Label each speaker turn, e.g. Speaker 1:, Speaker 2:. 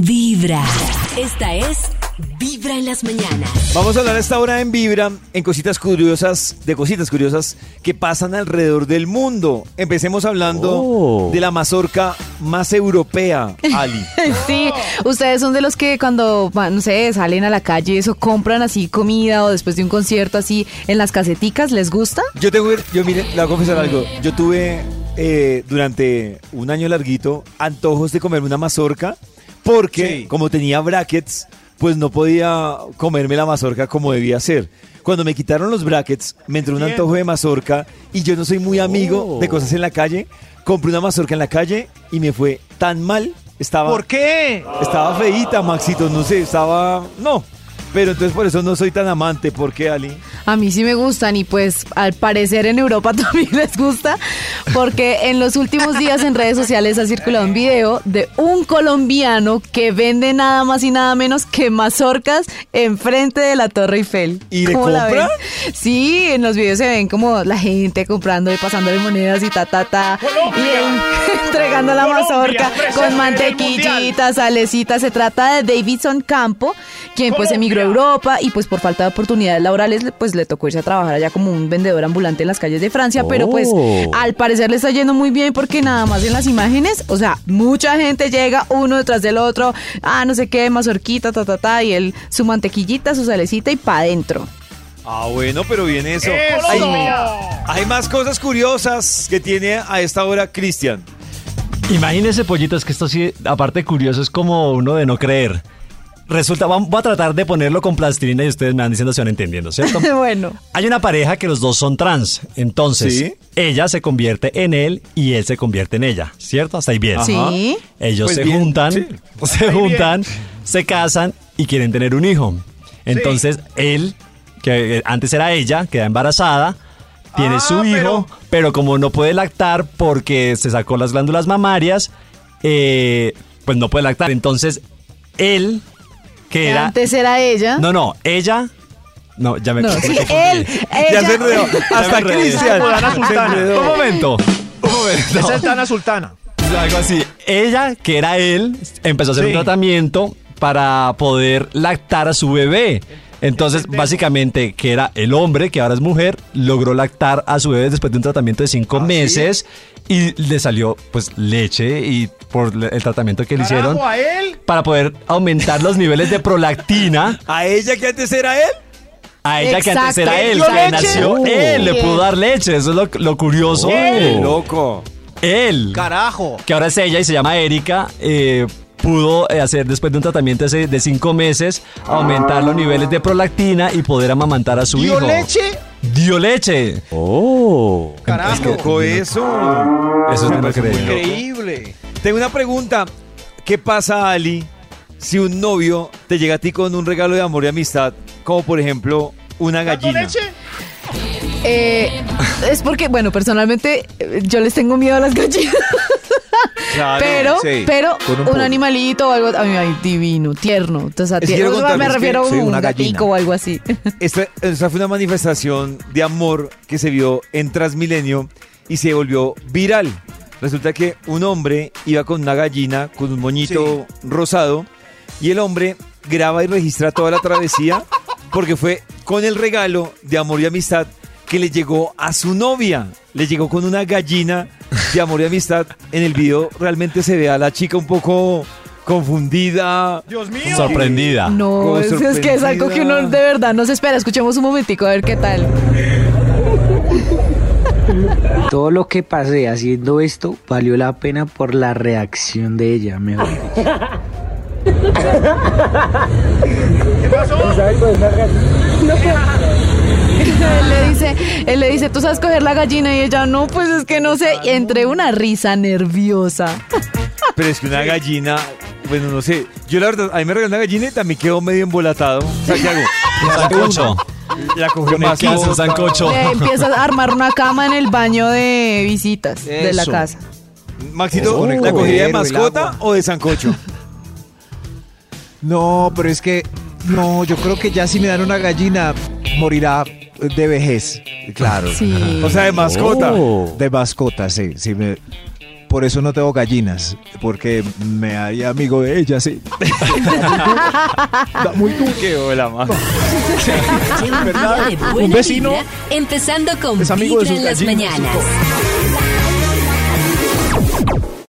Speaker 1: Vibra. Esta es Vibra en las mañanas.
Speaker 2: Vamos a hablar a esta hora en Vibra, en cositas curiosas, de cositas curiosas que pasan alrededor del mundo. Empecemos hablando
Speaker 3: Oh.
Speaker 2: de la mazorca más europea, Ali.
Speaker 4: Sí, ustedes son de los que cuando, va, no sé, salen a la calle y eso, compran así comida o después de un concierto así en las caseticas, ¿les gusta?
Speaker 2: Yo tengo que, yo mire, le voy a confesar algo. Yo tuve eh, durante un año larguito antojos de comerme una mazorca porque como tenía brackets, pues no podía comerme la mazorca como debía ser. Cuando me quitaron los brackets, me entró un antojo de mazorca y yo no soy muy amigo
Speaker 3: Oh.
Speaker 2: de cosas en la calle. Compré una mazorca en la calle y me fue tan mal. Estaba
Speaker 5: ¿Por qué?
Speaker 2: estaba feíta, Maxito, no sé, estaba no. Pero entonces por eso no soy tan amante, ¿por qué, Ali?
Speaker 4: A mí sí me gustan y pues al parecer en Europa también les gusta porque en los últimos días en redes sociales ha circulado un video de un colombiano que vende nada más y nada menos que mazorcas enfrente de la Torre Eiffel.
Speaker 2: ¿Y de
Speaker 4: ¿Cómo la
Speaker 2: compra?
Speaker 4: ven? Sí, en los videos se ven como la gente comprando y pasándole monedas y ta ta ta y en- entregando la
Speaker 5: Colombia,
Speaker 4: mazorca
Speaker 5: presente en
Speaker 4: con
Speaker 5: el
Speaker 4: mantequillita
Speaker 5: Mundial.
Speaker 4: Esta salecita se trata de Davidson Campo, quien pues emigró a Europa y pues por falta de oportunidades laborales le- pues le tocó irse a trabajar allá como un vendedor ambulante en las calles de Francia, pero pues
Speaker 3: Oh.
Speaker 4: al parecer le está yendo muy bien porque nada más en las imágenes, o sea, mucha gente llega uno detrás del otro, ah, no sé qué, mazorquita, ta, ta, ta, y él su mantequillita, su salecita y pa' adentro.
Speaker 2: Ah, bueno, pero viene eso.
Speaker 5: ¡Eso!
Speaker 2: Hay, hay más cosas curiosas que tiene a esta hora Cristian.
Speaker 3: Imagínense, pollitos, que esto sí, aparte de curioso, es como uno de no creer. Resulta, vam- voy a tratar de ponerlo con plastilina y ustedes me van diciendo si van entendiendo, ¿cierto?
Speaker 4: bueno.
Speaker 3: Hay una pareja que los dos son trans, entonces
Speaker 2: Sí.
Speaker 3: ella se convierte en él y él se convierte en ella, ¿cierto? Hasta ahí bien.
Speaker 4: Sí.
Speaker 3: Ellos
Speaker 2: Pues
Speaker 3: se
Speaker 2: bien,
Speaker 3: juntan,
Speaker 2: sí.
Speaker 3: se juntan, se casan y quieren tener un hijo. Entonces él, que eh, antes era ella, queda embarazada, tiene
Speaker 5: Ah,
Speaker 3: su hijo, pero... como no puede lactar porque se sacó las glándulas mamarias, eh, pues no puede lactar. Entonces él, que era...
Speaker 4: Antes era ella.
Speaker 3: No, no, ella... No, ya me
Speaker 4: No,
Speaker 3: me
Speaker 4: sí,
Speaker 3: confundí.
Speaker 4: él, ella.
Speaker 2: Ya se enredó. Hasta
Speaker 3: enredé.
Speaker 2: Cristian.
Speaker 5: Dana
Speaker 2: se
Speaker 5: Sultana.
Speaker 2: enredó.
Speaker 3: Un momento. Un momento.
Speaker 5: Esa es Dana Sultana.
Speaker 3: Algo así. Ella, que era él, empezó a hacer
Speaker 5: Sí.
Speaker 3: un tratamiento para poder lactar a su bebé. Entonces, básicamente, que era el hombre, que ahora es mujer, logró lactar a su bebé después de un tratamiento de cinco meses y le salió, pues, leche y por le- el tratamiento que le hicieron
Speaker 5: Carajo, a él.
Speaker 3: para poder aumentar los niveles de prolactina
Speaker 2: ¿A ella que antes era él?
Speaker 3: a ella que antes era
Speaker 4: Exacto. ¿Le
Speaker 3: él.
Speaker 4: dio
Speaker 3: O sea,
Speaker 4: leche?
Speaker 3: nació él, le
Speaker 4: Bien.
Speaker 3: pudo dar leche. Eso es lo, lo curioso.
Speaker 2: ¡Qué loco!
Speaker 3: Él.
Speaker 5: Carajo.
Speaker 3: que ahora es ella y se llama Erika, eh, pudo eh, hacer después de un tratamiento de de cinco meses, aumentar los niveles de prolactina y poder amamantar a su
Speaker 5: ¿Dio
Speaker 3: hijo.
Speaker 5: leche?
Speaker 3: Dio leche.
Speaker 2: Es
Speaker 5: Carajo.
Speaker 2: loco eso.
Speaker 3: Eso es de no creer.
Speaker 5: Increíble.
Speaker 2: Tengo una pregunta. ¿Qué pasa, Ali, si un novio te llega a ti con un regalo de amor y amistad, como por ejemplo una gallina?
Speaker 4: Eh, es porque, bueno, personalmente eh, yo les tengo miedo a las gallinas.
Speaker 2: Claro,
Speaker 4: pero,
Speaker 2: Ah, sí.
Speaker 4: pero
Speaker 2: Con un
Speaker 4: un,
Speaker 2: pollo.
Speaker 4: animalito o algo, ay, ay, divino, tierno. Entonces, a
Speaker 2: Es que
Speaker 4: tierno,
Speaker 2: quiero contarles
Speaker 4: me
Speaker 2: que
Speaker 4: refiero a
Speaker 2: soy
Speaker 4: un
Speaker 2: una gallina.
Speaker 4: gatico o algo así.
Speaker 2: Esta, esta fue una manifestación de amor que se vio en Transmilenio y se volvió viral. Resulta que un hombre iba con una gallina con un moñito rosado y el hombre graba y registra toda la travesía porque fue con el regalo de amor y amistad que le llegó a su novia. Le llegó con una gallina de amor y amistad. En el video realmente se ve a la chica un poco confundida.
Speaker 5: Dios mío.
Speaker 3: Sorprendida.
Speaker 4: No,
Speaker 2: Ah, Como
Speaker 4: es, es que es algo que uno de
Speaker 2: sorprendida.
Speaker 4: verdad no se espera. Escuchemos un momentico a ver qué tal.
Speaker 6: Todo lo que pasé haciendo esto valió la pena por la reacción de ella, mejor dicho.
Speaker 4: él le dice, él le dice, tú sabes coger la gallina y ella no, pues es que no sé. Y entre una risa nerviosa.
Speaker 2: Pero es que una gallina, bueno, no sé. Yo la verdad, a mí me regaló una gallina y también quedó medio embolatado. O sea, ¿qué hago?
Speaker 3: Sancocho.
Speaker 2: La cogió
Speaker 3: Con el
Speaker 2: más.
Speaker 3: queso,
Speaker 2: boca.
Speaker 3: sancocho.
Speaker 4: Le empiezas a armar una cama en el baño de visitas de la
Speaker 5: Eso.
Speaker 4: casa.
Speaker 2: Maxito,
Speaker 5: Oh,
Speaker 2: ¿la cogería de
Speaker 5: el
Speaker 2: mascota
Speaker 5: agua.
Speaker 2: o de sancocho?
Speaker 5: No, pero es que. No, yo creo que ya si me dan una gallina, morirá de vejez. Oh. Claro.
Speaker 4: Sí.
Speaker 2: O sea, de mascota.
Speaker 5: De mascota, sí. sí me-
Speaker 2: Por eso no tengo gallinas, porque me haría amigo de ella, sí. Da muy duro.
Speaker 7: Qué hola, ma.
Speaker 1: Lleva un día de buena
Speaker 2: Un vecino
Speaker 1: vibra, empezando con
Speaker 2: es amigo de
Speaker 1: Vibra
Speaker 2: sus
Speaker 1: en las
Speaker 2: gallinas y
Speaker 1: mañanas.